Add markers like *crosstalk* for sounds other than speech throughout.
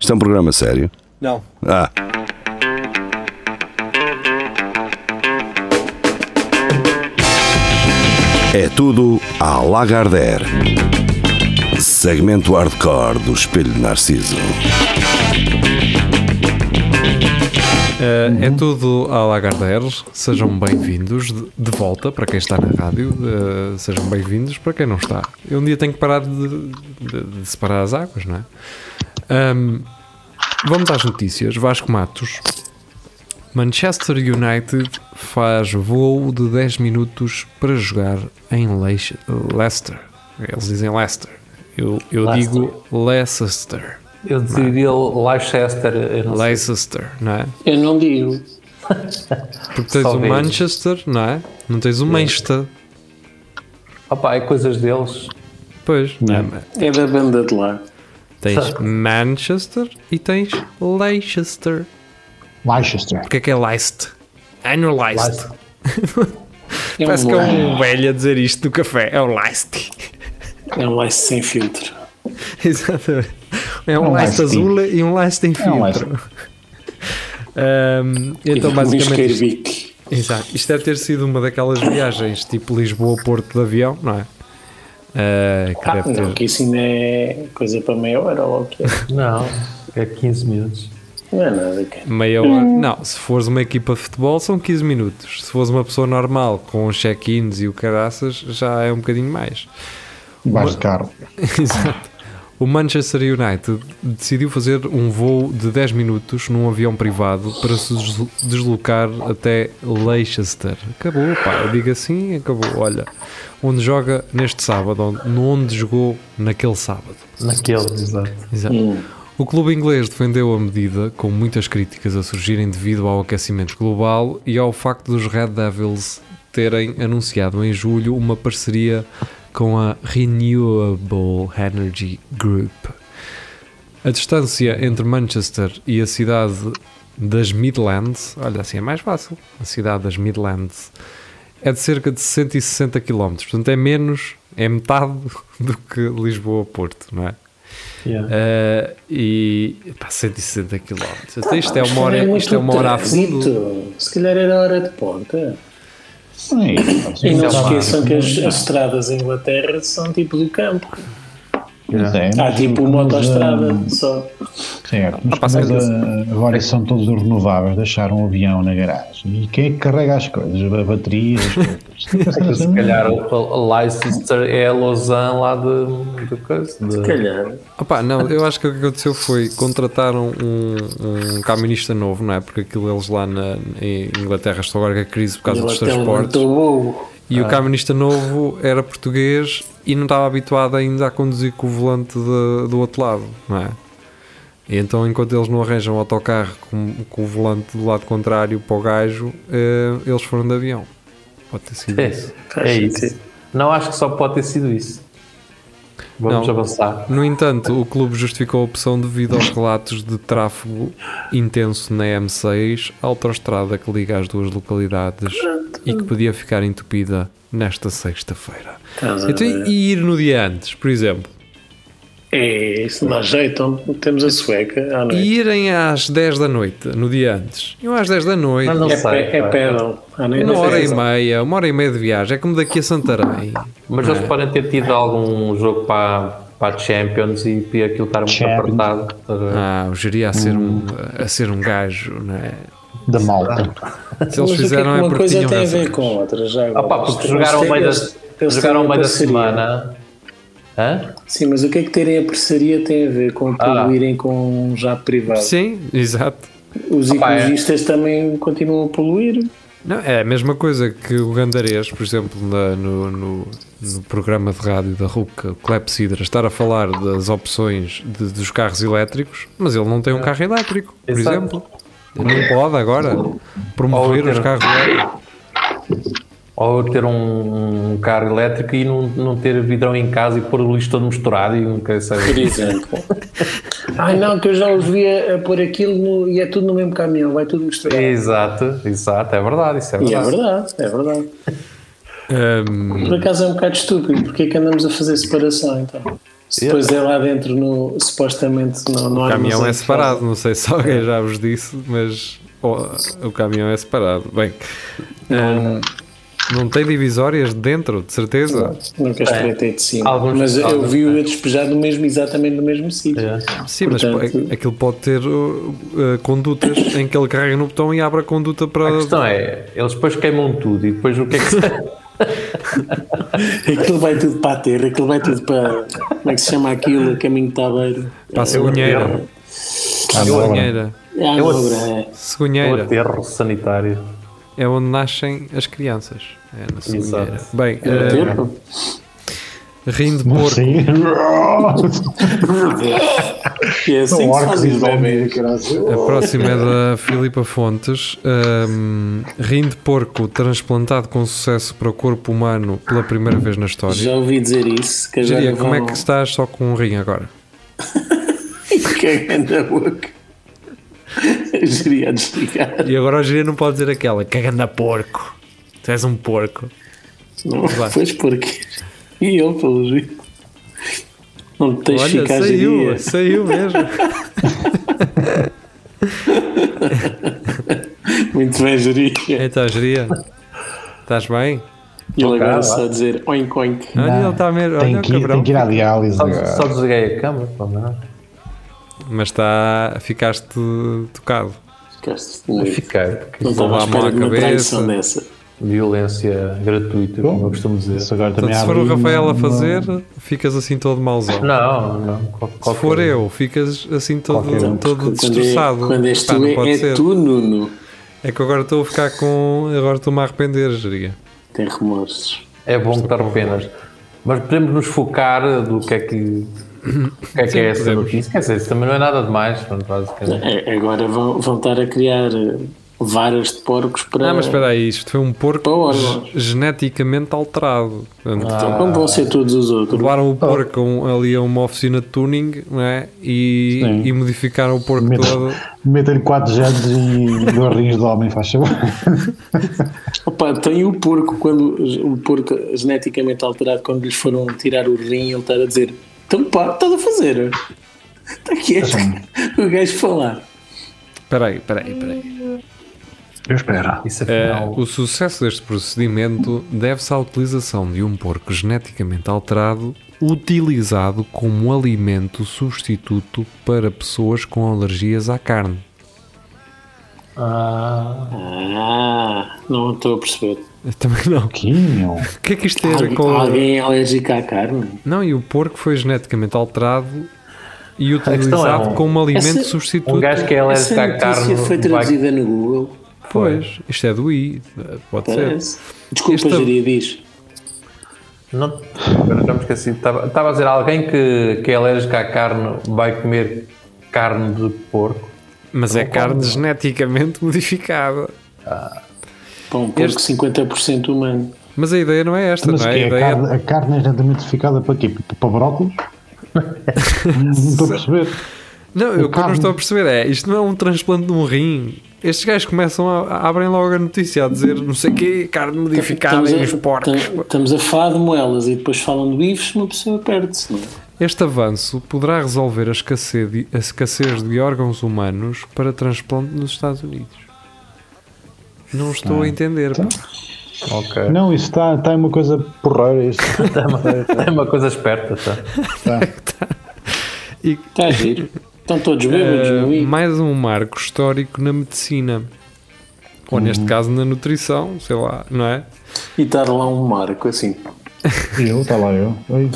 Isto é um programa sério. Não. Ah, é tudo à Lagardère. Segmento hardcore do Espelho de Narciso. Eh, É tudo a Lagardeiros. Sejam bem-vindos de de volta para quem está na rádio. eh, sejam bem-vindos para quem não está. Eu um dia tenho que parar de, de- de separar as águas, não é? Ahm, vamos às notícias. Vasco Matos. Manchester United faz voo de 10 minutos para jogar em Leic- Leicester. Eles dizem Leicester. Eu, eu Leicester. digo Leicester. Eu diria Leicester. eu não sei. Leicester, não é? Eu não digo. Porque tens Só o vejo. Manchester, não é? Não tens o Manchester. Opa, é coisas deles. Pois. É da banda de lá. Tens Manchester e tens Leicester. Leicester. O que é que é Leicester? É no Leicester. É Parece um, que é é um velho a dizer isto do café. É o Leicester. *laughs* é um laço sem filtro. Exatamente. É um Um Leicester Leicester. azul e um Leicester em É um filtro. *laughs* Ahm, então, Então, Luís basicamente, isto- Queirbic. Exato. Isto deve ter sido uma daquelas viagens tipo Lisboa-Porto de avião, não é? Ah, que Ah, deve não, ter- que isso ainda é coisa para meia hora ou o que é. Não, é 15 minutos. Não é nada, cara. Meia hora. Não, se fores uma equipa de futebol são 15 minutos. Se fores uma pessoa normal com os check-ins e o caraças, já é um bocadinho mais. *laughs* Vais de carro. Exato. O Manchester United decidiu fazer um voo de 10 minutos num avião privado para se des- deslocar até Leicester. Acabou, pá, eu digo assim, acabou. Olha, onde joga neste sábado, onde, onde jogou naquele sábado. Naquele, exato. Exato. O clube inglês defendeu a medida, com muitas críticas a surgirem devido ao aquecimento global e ao facto dos Red Devils terem anunciado em julho uma parceria com a Renewable Energy Group. A distância entre Manchester e a cidade das Midlands, olha assim é mais fácil, a cidade das Midlands, é de cerca de 160 km, portanto é menos, é metade *laughs* do que Lisboa-Porto, não é? Yeah. Uh, e pá, 160 km. Então, isto é uma Tá, Mas hora, muito isto é uma hora a fundo. trânsito. Se calhar era hora de ponta. Sim, é E não se Então, esqueçam que as, as estradas em Inglaterra são tipo do campo. mas é, Há mas tipo uma como as, autoestrada só. ah, Certo, mas passa como as, isso. ah, agora são todos os renováveis, deixaram o avião na garagem. E quem é que carrega as coisas? A bateria, as coisas. Se calhar o- o Leicester é a Lausanne lá de, de coisa. Se De, calhar. Opa, não, eu acho que o que aconteceu foi contrataram um, um caminista novo, não é? Porque aquilo eles lá na em Inglaterra estão agora com a crise por causa Ele dos até transportes. levantou o voo. E o caminista novo era português e não estava habituado ainda a conduzir com o volante de- do outro lado, não é? E então, enquanto eles não arranjam o autocarro com, com o volante do lado contrário para o gajo, eh, eles foram de avião. Pode ter sido *laughs* isso. é, é isso. Não acho que só pode ter sido isso. Vamos Não. avançar. No entanto, o clube justificou a opção devido aos relatos de tráfego intenso na M6, a autoestrada que liga as duas localidades e que podia ficar entupida nesta sexta-feira. Estás a Então, ver? e ir no dia antes, por exemplo, É, isso dá jeito. então Temos a sueca à noite. e irem às 10 da noite, no dia antes, iam às 10 da noite, Mas não É, sei. pé- é pá. pedal. À noite uma é hora e pedal. meia, uma hora e meia de viagem, é como daqui a Santarém. Mas é. eles podem ter tido algum jogo para, para a Champions e e aquilo estar muito Champions. apertado. estás a ver? Ah, eu geria a ser um, a ser um gajo, não é? Da malta. Se eles Mas o que é que fizeram é uma porque coisa tinham tem a ver razão. com a outra já Ah agora. pá, porque Eles jogaram ao têm- meio eles- da, eles jogaram ao têm meio da parceria. semana. Hã? Sim, mas o que é que terem a parceria tem a ver com poluírem com um jato privado? Ah. Sim, exato. Os Ah, pá, é. ecologistas também continuam a poluir. Não, é a mesma coisa que o Gandarês, por exemplo, na- no, no- no programa de rádio da RUC, o Clepsidra, estar a falar das opções de- dos carros elétricos, mas ele não É. tem um carro elétrico, por Exato. exemplo. Não pode agora promover Ou os ter- carros elétricos. Ou eu ter um, um carro elétrico e não, não ter vidrão em casa e pôr o lixo todo misturado e um nunca Por sabe. exemplo. *laughs* Ai não, que eu já os vi a, a pôr aquilo no- e é tudo no mesmo caminhão, vai tudo misturado. Exato, exato, é verdade, isso é E é verdade. verdade, é verdade. Ahm, Por acaso é um bocado estúpido, porque é que andamos a fazer separação então? Depois é lá dentro, no, supostamente, não, não O há caminhão armazém é que separado, não sei se alguém já vos disse, mas oh, o caminhão é separado. Bem, hum, não tem divisórias dentro, de certeza? faz. Nunca espreitei de cima. Alguns- mas eu alguns- vi-o a despejar do mesmo, exatamente no mesmo sítio. Sim, mas Portanto- po- aquilo pode ter uh, uh, *coughs* condutas em que ele carrega no botão e abre a conduta para. A questão é, eles depois queimam tudo e depois o que é que se... Aquilo vai tudo para a terra, aquilo vai tudo para. Como é que se chama aquilo? O caminho de Tabeiro. é para a cegonheira. Ah, não, Cegonheira. É a Eu- dobra, é. É o Cegonheira. aterro sanitário. É onde nascem as crianças. É na cegonheira. Exato. Bem, É uh, tempo? rindo de não porco. sei. É assim *laughs* São que se faz orcos e os bebês. zombies, caralho. Oh. A próxima é *laughs* da Filipa Fontes. Um, rim de porco transplantado com sucesso para o corpo humano pela primeira vez na história. Já ouvi dizer isso. Que agora Diria, como é vão- que estás só com um rim agora? *laughs* Cagando a boca. Geria a desligar. E agora o Jiria não pode dizer aquela. Cagando a porco. Tu és um porco. Não, Vai. pois porquê? E eu, pelo jeito. Não te tens de Olha, ficar saiu, geria. saiu *laughs* mesmo. Muito bem, geria. Então, Jiria, estás bem? E ele agora vá. só dizer oink oink. Olha, Não, ele está mesmo. Tem Olha, que, o ir, tem cabrão. que ir à diálise Só, agora. só desliguei a câmara, pá, não. Mas está. Ficaste tocado. Ficaste livre. Fiquei, porque Não isso estava à levar a mão espera à de uma cabeça. traição dessa. é violência gratuita, Bom. como eu costumo dizer. Isso agora Portanto, também Então, se for o abre Rafael a uma- fazer, ficas assim todo mauzão. Não, não. qual- Se qualquer- for eu, ficas assim todo, um. Qualquer um. todo quando, é, destroçado. quando és Pá, tu, não é, pode é ser. tu, Nuno. É que agora estou a ficar com. Agora estou-me a arrepender, geria. Tem remorsos. É bom que te arrependas. Mas podemos nos focar do que é que, o que é, que é essa podemos. notícia. Quer dizer, isso também não é nada demais, pronto, basicamente. É, agora vão, vão estar a criar eh, varas de porcos para. Ah, mas espera aí, isto foi um porco Boa, ge- boa. geneticamente alterado. Portanto, Então, como vão ser todos os outros? Levaram Ah. o porco a um- ali a uma oficina de tuning não é? e, Sim. e modificaram o porco Metam- todo. Metem 4 jatos e dois rins de homem, faz favor. Opa, tem o porco, quando o porco geneticamente alterado, quando lhes foram tirar o rim, ele estar a dizer: Então, pá, estás a fazer? *laughs* Está quieto. Tá *laughs* O gajo falar. Espera aí, espera aí, espera aí. Eu espero. Isso Eh, afinal. o sucesso deste procedimento deve-se à utilização de um porco geneticamente alterado utilizado como alimento substituto para pessoas com alergias à *laughs* carne. Ah, Ah, não estou a perceber. Eu também não. Aqui, meu. O que é que isto tem a ver Algu- com. Alguém é alérgico à carne? Não, e o porco foi geneticamente alterado e é, utilizado um- como alimento Essa- substituto. um gajo que é alérgico Essa à carne notícia foi vai, traduzida no Google. Pois, isto é do I, pode É ser. Parece. Desculpa, Esta- Jeria, diz. Não, agora já me esqueci. Estava estava a dizer, alguém que, que é alérgico à carne vai comer carne de porco? Mas é carne geneticamente *laughs* modificada. Para um porco Este- 50% humano. Mas a ideia não é esta, Mas o não que é? A é? A ideia carne, a carne é identificada para quê? Para- Para *laughs* brócolos? não estou a perceber. Não, eu, o que eu não carne- estou a perceber é, isto não é um transplante de um rim. Estes gajos começam a, a- abrem logo a notícia a dizer não sei quê, carne modificada um- e os porcos. tam- Estamos a falar de moelas e depois falam de bifes, uma pessoa perde-se, não é? Este avanço poderá resolver a escassez, de, a escassez de órgãos humanos para transplante nos Estados Unidos. Não estou a entender. pá. Ok. Não, isso está, está uma coisa porreira. Isso. É uma coisa esperta, tá? Está. E, Está a giro. Estão todos bêbados, eh, meu amigo. mais um marco histórico na medicina. Ou neste caso na nutrição, sei lá, não é? E estar lá um marco, assim. Eu, está lá eu. Oi.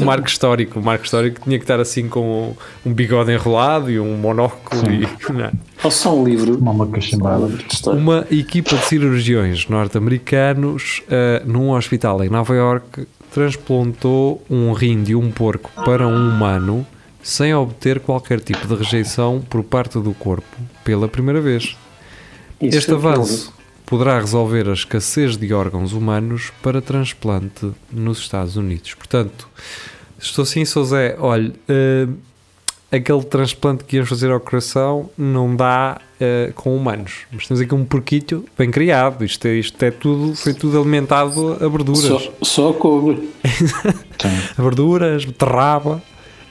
Um marco histórico. Um marco histórico tinha que estar assim com um bigode enrolado e um monóculo. E, não é? Ou só um livro. Uma maca chamada. de história. Uma equipa de cirurgiões norte-americanos ah, num hospital em Nova Iorque transplantou um rim de um porco para um humano sem obter qualquer tipo de rejeição por parte do corpo pela primeira vez. Isso este é aquilo. avanço poderá resolver a escassez de órgãos humanos para transplante nos Estados Unidos. Portanto, estou sim, Sou Zé, olha, eh, aquele transplante que ias fazer ao coração não dá eh, com humanos. Mas temos aqui um porquito bem criado. Isto é, isto é tudo, foi tudo alimentado a verduras. Só, só couve. A verduras, beterraba.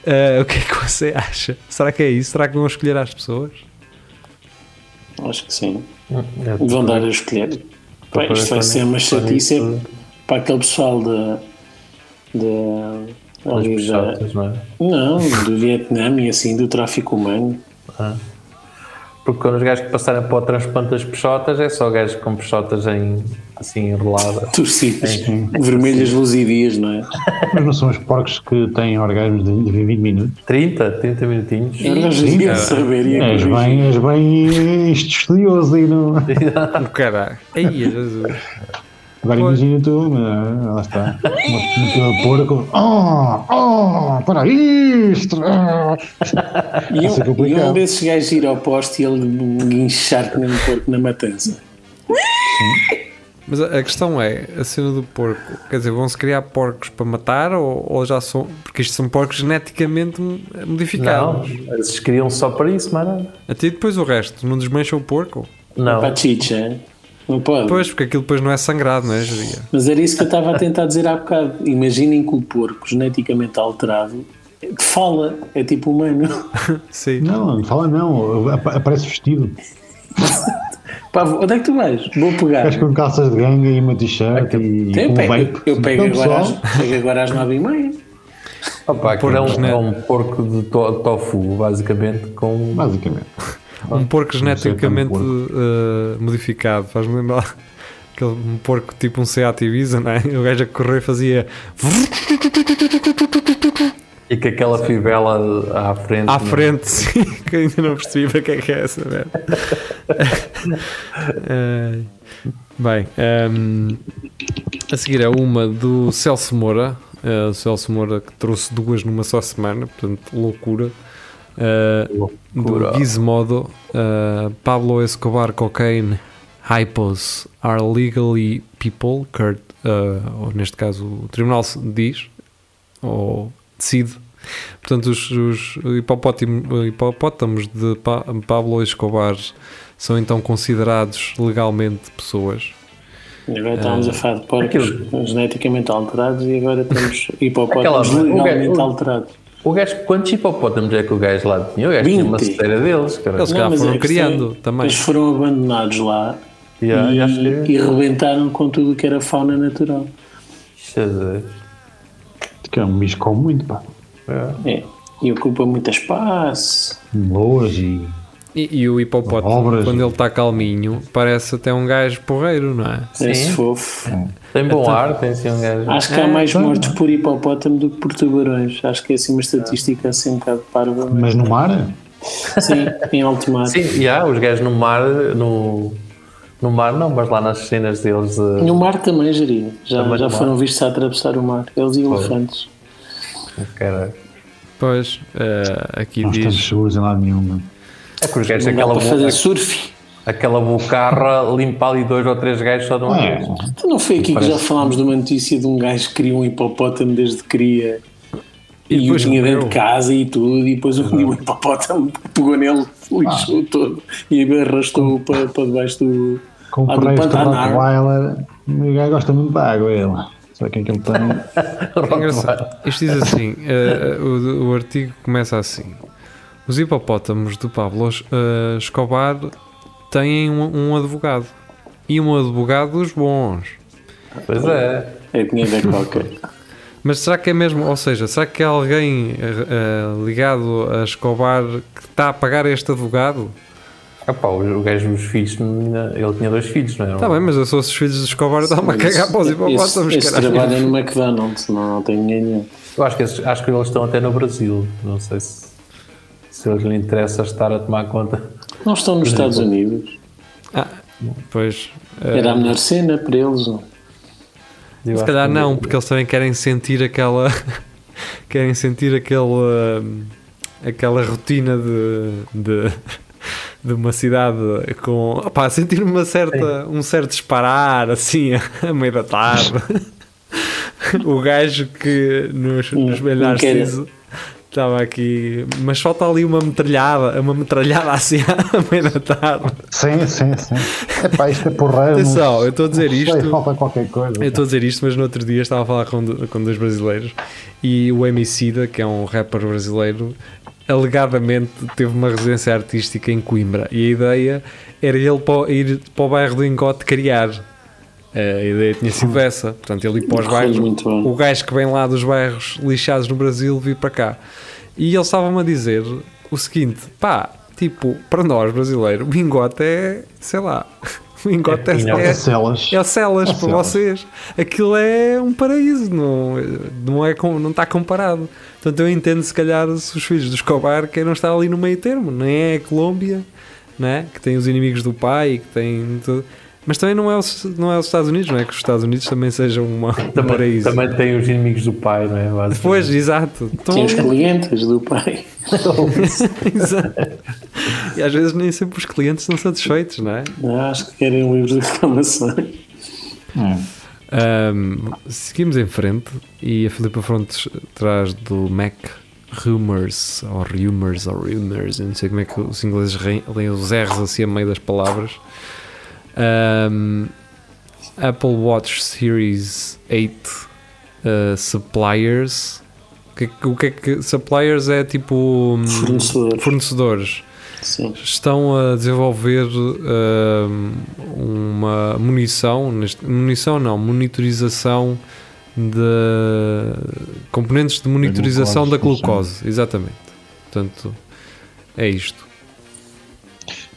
Eh, o que é que você acha? Será que é isso? Será que vão escolher as pessoas? Acho que sim. É Vão dar a escolher. Pá, isto vai ser uma chatice para aquele pessoal da. da. ali da- é? Não, do Vietnã e assim, do tráfico humano. Porque quando os gajos que passaram para o transplante das peixotas é só gajos com peixotas em, assim enroladas. Torcidas, vermelhas luzidias, não é? Mas não são os porcos que têm orgasmos de, de 20 minutos. 30, 30 minutinhos. Eu não devia saber. Ia És corrigir. bem, és bem isto estudioso aí, não? Caralho. Ai, Jesus. Agora Pois. imagina tu, ah, lá está. Uma uma porco. Oh, oh, para isto! ah. E ser um, e complicado. um desses gajos ir ao poste e ele guinchar que nem um porco na matança. Mas a a questão é, a cena do porco, quer dizer, vão-se criar porcos para matar ou, ou já são, porque isto são porcos geneticamente mo- Não, modificados. eles queriam só para isso, mano. Até depois o resto, não desmancha o porco? Não, Para a chicha, não pode. Pois, porque aquilo depois não é sangrado, não é, Jeria? Mas era isso que eu estava a tentar dizer há bocado. Imaginem que o porco geneticamente alterado fala, é tipo humano. *laughs* Sim. Não, não fala não, ap- aparece vestido. Pá, vou- onde é que tu vais? Vou pegar. Estás com calças de ganga e uma t-shirt e Eu com um pego, vape. eu pego, Então, agora, pessoal, às, pego agora às nove e meia. Opa, aquilo é porcos, um, né? é um porco de to- tofu, basicamente, com Basicamente. Um porco geneticamente como eh, modificado, faz-me lembrar *laughs* aquele um porco tipo um Seat Ibiza, não é? O gajo a correr fazia e com aquela fivela à frente. à não é? frente, sim, que eu ainda não percebi para que é que é essa, merda. Ai. Bem, hum, a seguir é uma do Celso Moura. Eh, o Celso Moura que trouxe duas numa só semana, portanto, loucura. Eh, Loucura. Do Gizmodo, eh, Pablo Escobar Cocaine Hypos are legally people, Kurt, eh, ou neste caso o tribunal se- diz, ou decide. Portanto, os, os hipopótimo- hipopótamos de Pa- Pablo Escobar são então considerados legalmente pessoas. Agora estávamos a falar de porcos Aquilo- geneticamente alterados e agora temos hipopótamos Aquela- o gajo- legalmente o- alterados. O gajo, quantos hipopótamos é que o gajo lá tinha? O gajo tinha uma 20. ceteira deles, cara. Eles- Se calhar mas foram é que criando sim, também. Eles foram abandonados lá Yeah, e, acho que- é. e rebentaram com tudo o que era fauna natural. Jesus. Que é um bicho que come muito, pá. É. E ocupa muito espaço. Boas Um e. E, e o hipopótamo, Obras. quando ele está calminho, parece até um gajo porreiro, não é? Parece fofo. Tem É Então, bom ar, tem assim um gajo. Acho que há mais mortes por hipopótamo do que por tubarões. Acho que é assim uma estatística assim um bocado parva. Mas... Mas no mar? Sim, em alto mar. Sim, e há os gajos no mar, no, no mar não, mas lá nas cenas deles. eh, No mar também, Jeria. Já, Também já no mar. foram vistos a atravessar o mar. Eles e elefantes. Cara, Pois, eh, aqui Não diz. estamos seguros em lado nenhum. não. é que os gajos, Não dá aquela, para fazer bo, surf. aquela bocarra, limpa ali dois ou três gajos só de um uma É. vez. Então não foi aqui que já falámos de uma notícia de um gajo que cria um hipopótamo desde que cria E e, o depois tinha dentro comeu. de casa e tudo, e depois um dia o *laughs* hipopótamo pegou nele, lixou Ah. todo e arrastou-o para, para debaixo do. Com o lá do Pereira está Pantanar. Rottweiler, o gajo gosta muito de água, ele. Só que aquele tem. *laughs* é Engraçado. Isto diz assim: eh, o, o artigo começa assim: Os hipopótamos de Pablo eh, Escobar têm um, um advogado. E um advogado dos bons. Pois é. É dinheiro da coca. *laughs* Mas será que é mesmo? Ou seja, será que é alguém eh, eh, ligado a Escobar que está a pagar a este advogado? Epá, o, o gajo, os filhos, ele tinha dois filhos, não é? Está Tá bem, mas eu sou os filhos de Escobar, dá-me a Esse- cagar para os hipopótamos. esse- esse caralho. *laughs* trabalha no McDonald's, não, não tem dinheiro nenhum. Eu acho que, esses- acho que eles estão até no Brasil. Não sei se, se eles lhe interessa estar a tomar conta. Não estão nos é, Estados então. Unidos. Ah, pois. eh, Era a melhor cena para eles. não? Então Eu Se acho calhar que- não, porque eles também querem sentir aquela. *laughs* querem sentir aquela. aquela rotina de. de, de uma cidade com. opá, sentir uma certa, um certo disparar, assim, *laughs* a meio da tarde. *laughs* o gajo que nos, nos Não Um, velhos quer- Narciso. Estava aqui. Mas falta ali uma metralhada, uma metralhada *laughs* assim à meia da tarde. Sim, sim, sim. Epá, isto é porreiro. não- Atenção, eu estou a dizer não sei, isto. Falta qualquer coisa. Eu estou a dizer isto, mas no outro dia estava a falar com, do- com dois brasileiros e o Emicida, que é um rapper brasileiro, alegadamente teve uma residência artística em Coimbra e a ideia era ele para, ir para o bairro do Encote criar. Eh, A ideia tinha sido essa. Portanto, ele ir para os Correu bairros. muito bem. O gajo que vem lá dos bairros lixados no Brasil vir para cá. E ele estava-me a dizer o seguinte: pá, tipo, para nós brasileiros, o Engote é, sei lá, *laughs* o Engote é, Não, é, cancelas. é o Celas É o para Celas. vocês. Aquilo é um paraíso, não, não, é, com- não está comparado. Portanto, eu entendo se calhar se os filhos do Escobar queiram estar ali no meio termo. Nem é a Colômbia, né? que tem os inimigos do pai, e que tem tudo. Mas também não é, os, não é os Estados Unidos, não é que os Estados Unidos também sejam uma, um Também, paraíso. também tem os inimigos do pai, não é? Basicamente. Pois, exato. Então, Tinha os clientes do pai. *laughs* *laughs* exato. E às vezes nem sempre os clientes são satisfeitos, não é? Ah, Acho que querem livros de reclamações. Ahm, seguimos em frente e a Filipa Frontes traz do Mac Rumors ou Rumors ou Rumors, eu não sei como é que os ingleses reem- leem os R's assim a meio das palavras. Ahm, Apple Watch Series 8 ah, Suppliers. O que, é que- o que é que. Suppliers é tipo. hum, Fornecedor. fornecedores Sim. estão a desenvolver hum, uma munição, neste- munição não, monitorização de componentes de monitorização da glucose, glucose, exatamente. Portanto, é isto.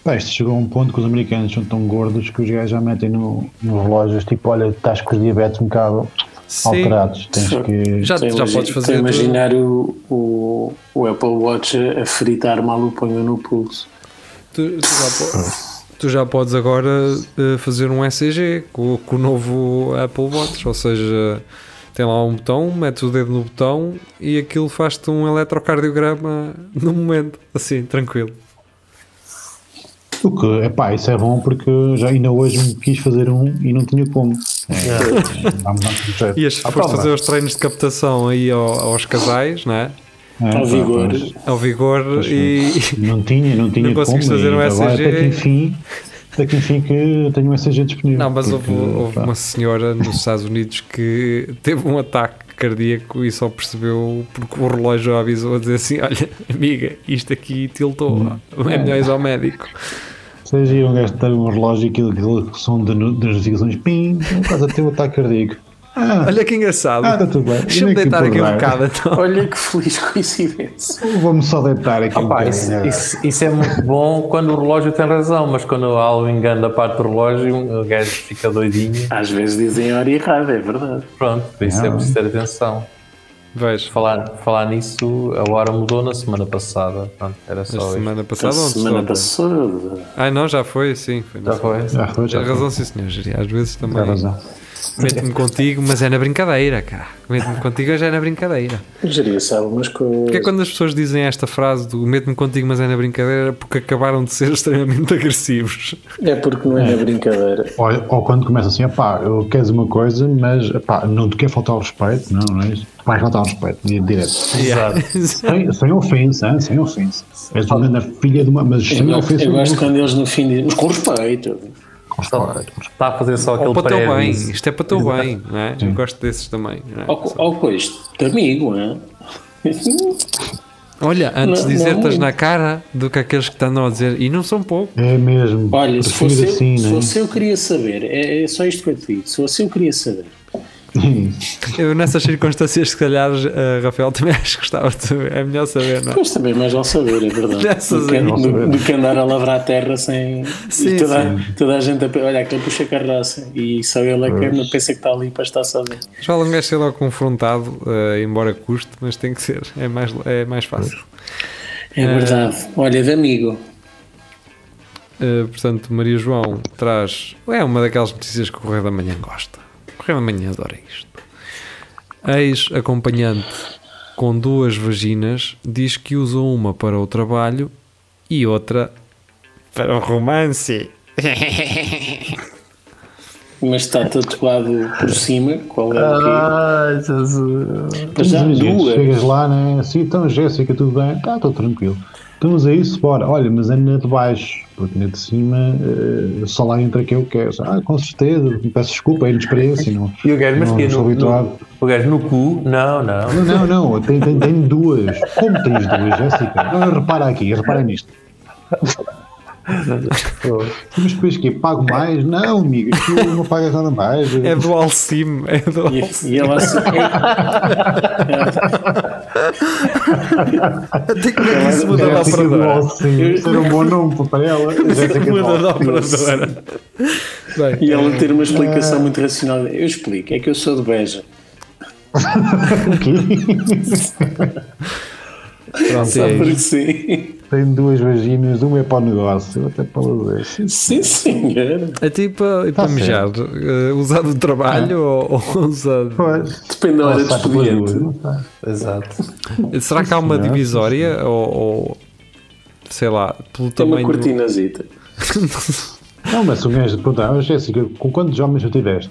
Pá, isto chegou a um ponto que os americanos são tão gordos que os gajos já metem no, nos relógios, tipo, olha, estás com os diabetes um bocado Sim, alterados. Tens que. já, Estou a já imagi- podes estou a fazer. tudo. imaginar o, o, o Apple Watch a a fritar mal o punho no *laughs* pulso. Tu, tu já podes, tu já podes agora eh, fazer um ECG com, com o novo Apple Watch, ou seja, tem lá um botão, metes o dedo no botão e aquilo faz-te um eletrocardiograma *laughs* no momento, assim, tranquilo. O que, epá, isso é bom porque já ainda hoje me quis fazer um e não tinha como. É, é, dá-me tanto jeito. E as Ah, fores pá, fazer os treinos de captação aí ao- aos casais, não é? é, Ao pá, vigor. mas Ao vigor *laughs* e. Não tinha, não tinha Não como. conseguiste fazer e um agora ECG. Até que enfim, até que enfim que eu tenho um ECG disponível. Não, mas houve, porque, tá. houve pá, uma senhora nos Estados Unidos que *laughs* teve um ataque cardíaco e só percebeu porque o relógio a avisou a dizer assim: Olha, amiga, isto aqui tiltou, Hum. é melhor ir ao médico. Seja um gajo que tem um relógio e aquilo, aquele som de no- das notificações, pim, quase até um ataque cardíaco. Olha que Ah, engraçado. está tudo bem. Deixa-me Eu nem deitar que aqui um importar. bocado então. Olha que feliz coincidência. Vou-me só deitar aqui um Ah, Pá, bocadinho, isso, né? isso- isso é muito bom quando o relógio tem razão, mas quando há o engano da parte do relógio, o gajo fica doidinho. Às vezes dizem a hora errada, é verdade. Pronto, por isso é preciso ter atenção. Vejo. Falar, falar nisso, a hora mudou na semana passada. Pronto, era A só isso. semana A passada ou antes de semana ontem? passada. Ai não, já foi, sim. Foi na Já foi? Ah, Já foi, já Tem foi. razão, sim, senhor. Jiri. Às vezes também. Tem razão. Meto-me contigo, mas é na brincadeira, cara. Meto-me contigo, mas é na brincadeira. Geria sabe umas Porque é coisas. quando as pessoas dizem esta frase do meto-me contigo, mas é na brincadeira, porque acabaram de ser *laughs* extremamente agressivos. É porque não é na brincadeira. Olha, ou quando começa assim, pá, eu queres uma coisa, mas pá, não te quer faltar ao respeito, não, não é isso? Vai faltar ao respeito, di- direto. Exato. Sem, sem ofensa, hein, sem ofensa. És uma grande filha de uma. Mas sem Eu, ofensa. eu não. gosto quando eles no fim dizem, mas com respeito. Está Tá a fazer só Ou aquele para o teu prévio. bem. Isto é para o teu bem, não é? Eu gosto desses também. não é? Ou, ou com isto, de amigo, não *laughs* é? Olha, antes Não, de dizer-te não. na cara do que aqueles que te andam a dizer, e não são poucos. É mesmo. Olha, se prefiro fosse, eu- assim, se não é? fosse eu queria saber, é, é só isto que eu te digo, se fosse eu queria saber. Eu, nessas circunstâncias, se calhar, eh, Rafael, *laughs* também acho que gostava de saber. É melhor saber, *laughs* não é? Pois também, mais vale saber, é verdade. Dessas Do que, aí. do- do que andar a lavrar a terra sem. Sim, e toda, toda a gente a. pe- Olha, aquele puxa a carroça e só ele é que não pensa que está ali para estar sozinho. Já um gajo ser logo confrontado, eh, embora custe, mas tem que ser. É mais, é mais fácil. É verdade. Olha, de amigo. Uh, portanto, Maria João traz. É uma daquelas notícias que o Correio da Manhã gosta. O Correio da Manhã adora isto. Ex-acompanhante com duas vaginas diz que usou uma para o trabalho e é um outra para o romance. mas está tatuado por cima. Qual é o Ah, quê? Ah, Ai, Jesus. Mas já Imagina, duas. Chegas lá, né? Assim, então, Jéssica, tudo bem? Tá, estou tranquilo. Estamos a isso, bora. Olha, mas é na de baixo, porque na de cima eh, só lá entra quem eu quero. Ah, com certeza, peço desculpa, é inexperiência, não. E o gajo, mas não que estou no, habituado. no- O gajo no cu? Não, não. Não, não, não, tenho, tenho, tenho duas. Como tens duas, Jéssica? Ah, repara aqui, repara nisto. Mas depois que Pago mais? Não, amigo, tu não pagas nada mais. É do Alcim, é do Alcim. *laughs* E, e ela assim. Até como *laughs* é que um isso muda da Jéssica do operadora? Alcim, ser um bom nome para *laughs* ela. É Jéssica É do Muda da Alcim. operadora. Bem, E ela ter uma explicação muito racional. Eu explico, é que eu sou de Beja. pronto, Só é porque isto. sim. Tenho duas vaginas, uma é para o negócio, outra é para o lazer. *laughs* Sim, senhor. É tipo e para Tá certo. mejar, eh, usar do trabalho ou, ou usar. Pois. Depende da hora do Passar pela expediente. lua, não sei. Exato. Será que há uma divisória ou, ou, sei lá, pelo Tem uma tamanho. do- cortinazita. Não, mas se o gajo perguntar, "Ah, Jéssica, com quantos homens eu tiveste?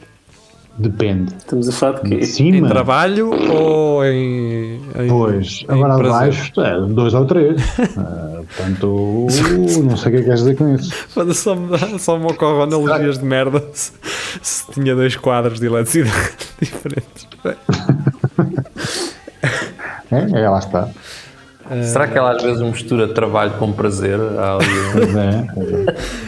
Depende. Estamos a falar de Em quê? Em cima, trabalho ou em. em Pois, em agora prazer? abaixo, é, dois ou três. *laughs* Ah, portanto, não sei o que é que queres dizer com isso. Foda, Só me, dá- só me ocorrem analogias de merda se, se tinha dois quadros de eletricidade *laughs* diferentes. Bem, É, é lá está. Será que ela às vezes mistura trabalho com prazer? Há ali um- Pois é,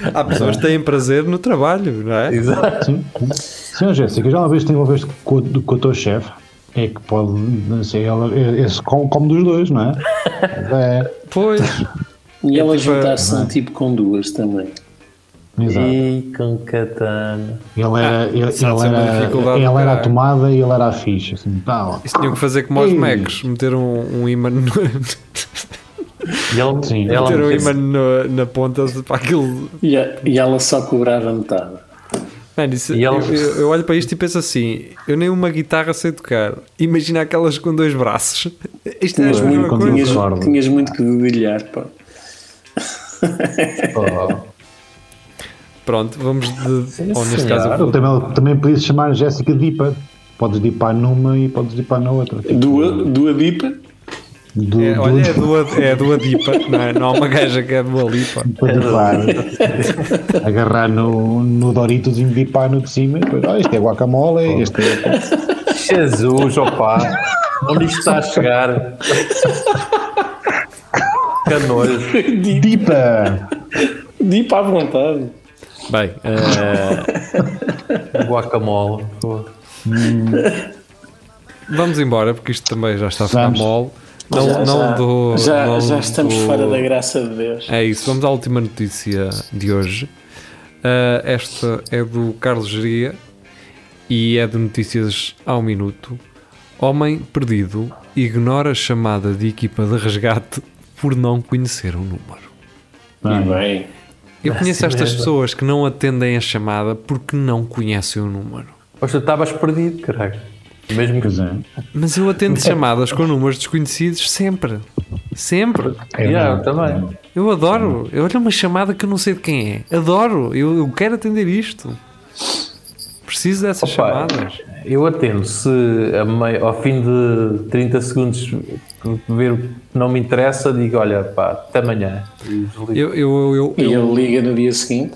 é. Há pessoas que têm prazer no trabalho, não é? Exato. Sim. Senhora Jéssica, já uma vez te envolveste com, o- com o teu chefe? É que pode, não sei, ela, é- esse como, como dos dois, não é? É, Pois. E ela tipo a- juntar-se um tipo com duas também. exato. E com katana. Ele era, ele, isso é ele uma era, dificuldade ele do era a caralho. tomada e ele era a ficha. Assim, tá, ó. Isso tinham que fazer como aos Ei. Macs, meter um, um imã no, *laughs* E ela, Sim. ela meter um meteu-se- imã no- na ponta para aquilo. E, a- e ela só cobrava metade. Mano, isso- E ela- eu, eu- eu olho para isto e penso assim: eu nem uma guitarra sei tocar. Imagina aquelas com dois braços. Isto é a Tinhas mesma muito, coisa. tinhas, concordo. tinhas muito que dedilhar, pá. Pronto, vamos de. Sim, ou neste senhora. caso, eu Ou vou- também, também podias chamar Jéssica Dipa. Podes dipar numa e podes dipar na outra. Tipo, Dua, dua dipa? Du, É, du- olha, é do, é do Adipa, não, é? não há uma gaja que é do Alipa. para dipar. Agarrar no, no Doritos e dipar no de cima. e Depois, ó, este é guacamole, este é. Jesus, opá. Onde isto está a chegar? Canojo. Di- Dipa! Dipa à vontade. Bem, *laughs* eh, Guacamole. Pô. vamos embora, porque isto também já está a ficar Vamos. mole. Não, já, não já, do. já, não já estamos do- fora da graça de Deus. É isso, vamos à última notícia de hoje. Ah, esta é do Carlos Geria e é de notícias ao minuto. Homem perdido ignora chamada de equipa de resgate por não conhecer o número. E bem. Eu conheço estas merda. pessoas que não atendem a chamada porque não conhecem o número. Poxa, estavas perdido, caralho. Mesmo que Pois é. Mas eu atendo chamadas com números desconhecidos sempre. Sempre. É Yeah, eu verdade. também. Eu adoro. Eu olho uma chamada que eu não sei de quem é. Adoro. Eu, eu quero atender isto. Preciso dessas Opa. chamadas. Eu atendo se a meio- ao fim de 30 segundos ver o que não me interessa, digo, olha, pá, até amanhã. E desligo. Eu, eu, eu, E eu, ele liga no dia seguinte.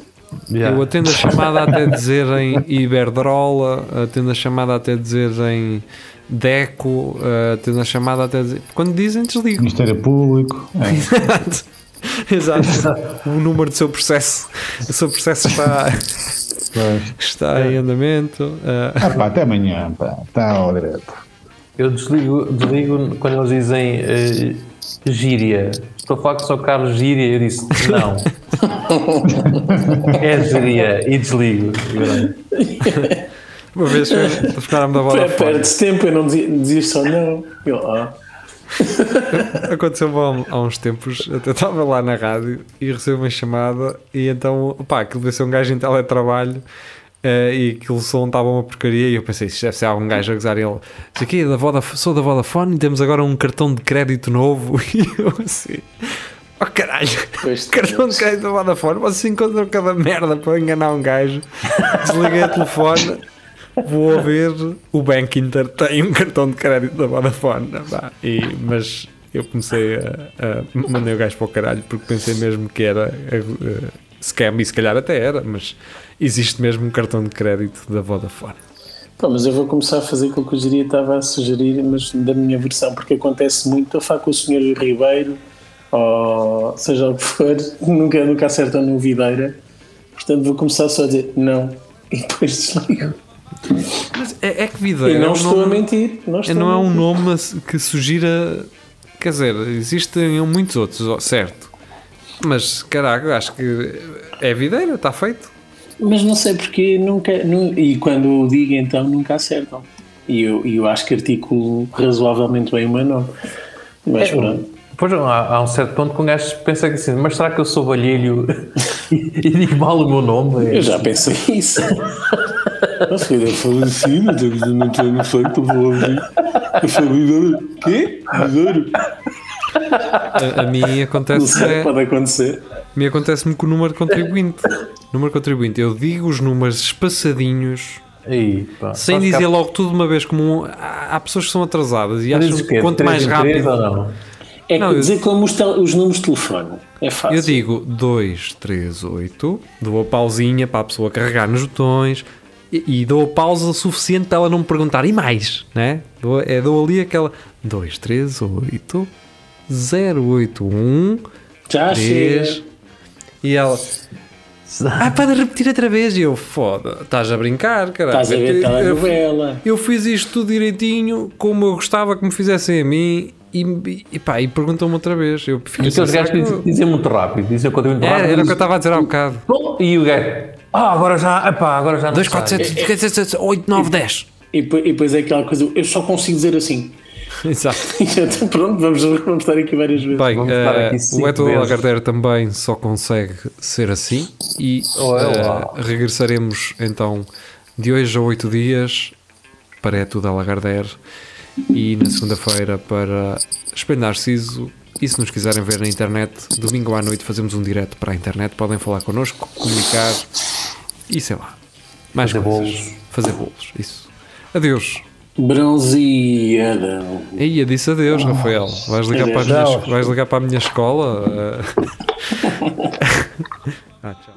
Yeah. eu atendo a chamada até dizerem Iberdrola, atendo a chamada até dizerem Deco, eh, atendo a chamada até dizer. Quando dizem, desligo. Ministério Público. É. Exato. O número do seu processo. O seu processo está, Pois. está em andamento. eh. Ah, pá, até amanhã, pá. Está ao direto. Eu desligo, desligo quando eles dizem eh, gíria. Estou a falar que sou Carlos Gíria. Eu disse não. *laughs* é gíria. E desligo. Uma vez ficaram da bola Pé, Perde-se tempo, eu não dizia, dizia só não. Eu, ah, Aconteceu há, há uns tempos, até estava lá na rádio e recebi uma chamada e então, pá, aquilo devia ser um gajo em teletrabalho eh, e aquele som estava uma porcaria e eu pensei, isto deve ser algum gajo a gozar e ele, "Isso aqui *laughs* é da Vodafone, sou da Vodafone e temos agora um cartão de crédito novo e eu assim... Oh caralho, Pois, cartão de crédito da Vodafone, vocês encontram cada merda para enganar um gajo. Desliguei o telefone, vou ver. O Bank Inter tem um cartão de crédito da Vodafone. pá. E, mas eu comecei a, a- Mandei o gajo para o caralho porque pensei mesmo que era eh, scam e se calhar até era, mas existe mesmo um cartão de crédito da Vodafone. Pá, mas eu vou começar a fazer aquilo que o Jiria estava a sugerir, mas da minha versão, porque acontece muito. Eu falo com o Sr. Ribeiro, ou seja o que for, *laughs* nunca, nunca acertam no Videira. Portanto, vou começar só a dizer não *laughs* e depois desligo. Mas é, é que E videira. não estou a mentir. Não, estou Não a é um mentir. nome ass- que sugira. Quer dizer, existem muitos outros, ó, certo. Mas, caraca, acho que é videira, está feito. Mas não sei porque nunca. nu- e quando eu digo então, nunca acertam. E eu, e eu acho que articulo razoavelmente bem o meu nome. Mas pronto. Pois há, há um certo ponto que um gajo pensa que assim, mas será que eu sou valhilho *laughs* e, e digo mal o meu nome? Eu já *laughs* pensei isso. Nossa, eu falei assim, mas eu não tenho no facto, eu vou ouvir. Eu falei, besouro. Quê? Besouro? A, a *laughs* mim Não acontece sei, é, pode acontecer. a mim acontece-me com o número de *laughs* contribuinte. Número de contribuinte, eu digo os números espaçadinhos, Aí, pá, sem Só se dizer cá- logo tudo de uma vez, como um- há há pessoas que são atrasadas e acham dizes o quê? que quanto Três mais em três rápido. ou não? É Não, que eu- dizer como os, tel- os números de telefone. É fácil. Eu digo 2, 3, 8, dou a pausinha para a pessoa carregar nos botões e, e dou a pausa suficiente para ela não me perguntar e mais, né? Dou, é, dou ali aquela 2, 3, 8, 0, 8, 1, já 3 chega. e ela. Ah, para de repetir outra vez. E eu, foda, estás a brincar, caralho. Estás a Eu- ver eu- telenovela. eu fiz isto tudo direitinho, como eu gostava que me fizessem a mim, e, e pá, e perguntam-me outra vez. Eu Então, fico a Aqueles pensar gajos que dizem- que- dizem muito rápido, dizem o conteúdo muito rápido. é Era, era o que eu dizem- estava a dizer há bocado. Bom, E o gajo, ah, agora já, epá, agora já não 2, 4, sai. *laughs* É, 7, 8, 9, 10. E depois, e depois é aquela coisa, eu só consigo dizer assim. *laughs* Exato. Então, pronto, vamos, vamos estar aqui várias vezes. Bem, Vamos eh, estar aqui o cinco Eto vezes. Lagardère também só consegue ser assim e Olá. eh, regressaremos então de hoje a 8 dias para Eto da Lagardère e na segunda-feira para Espelho Narciso. E se nos quiserem ver na internet, domingo à noite fazemos um direto para a internet. Podem falar connosco, comunicar e sei lá. Mais Fazer coisas. bolos. Fazer bolos. Isso. Adeus. Bronzeadão. Aí eu disse adeus, Ah. Rafael. Vais ligar, para a minha, Adeus. es- vais ligar para a minha escola? eh? ah, tchau.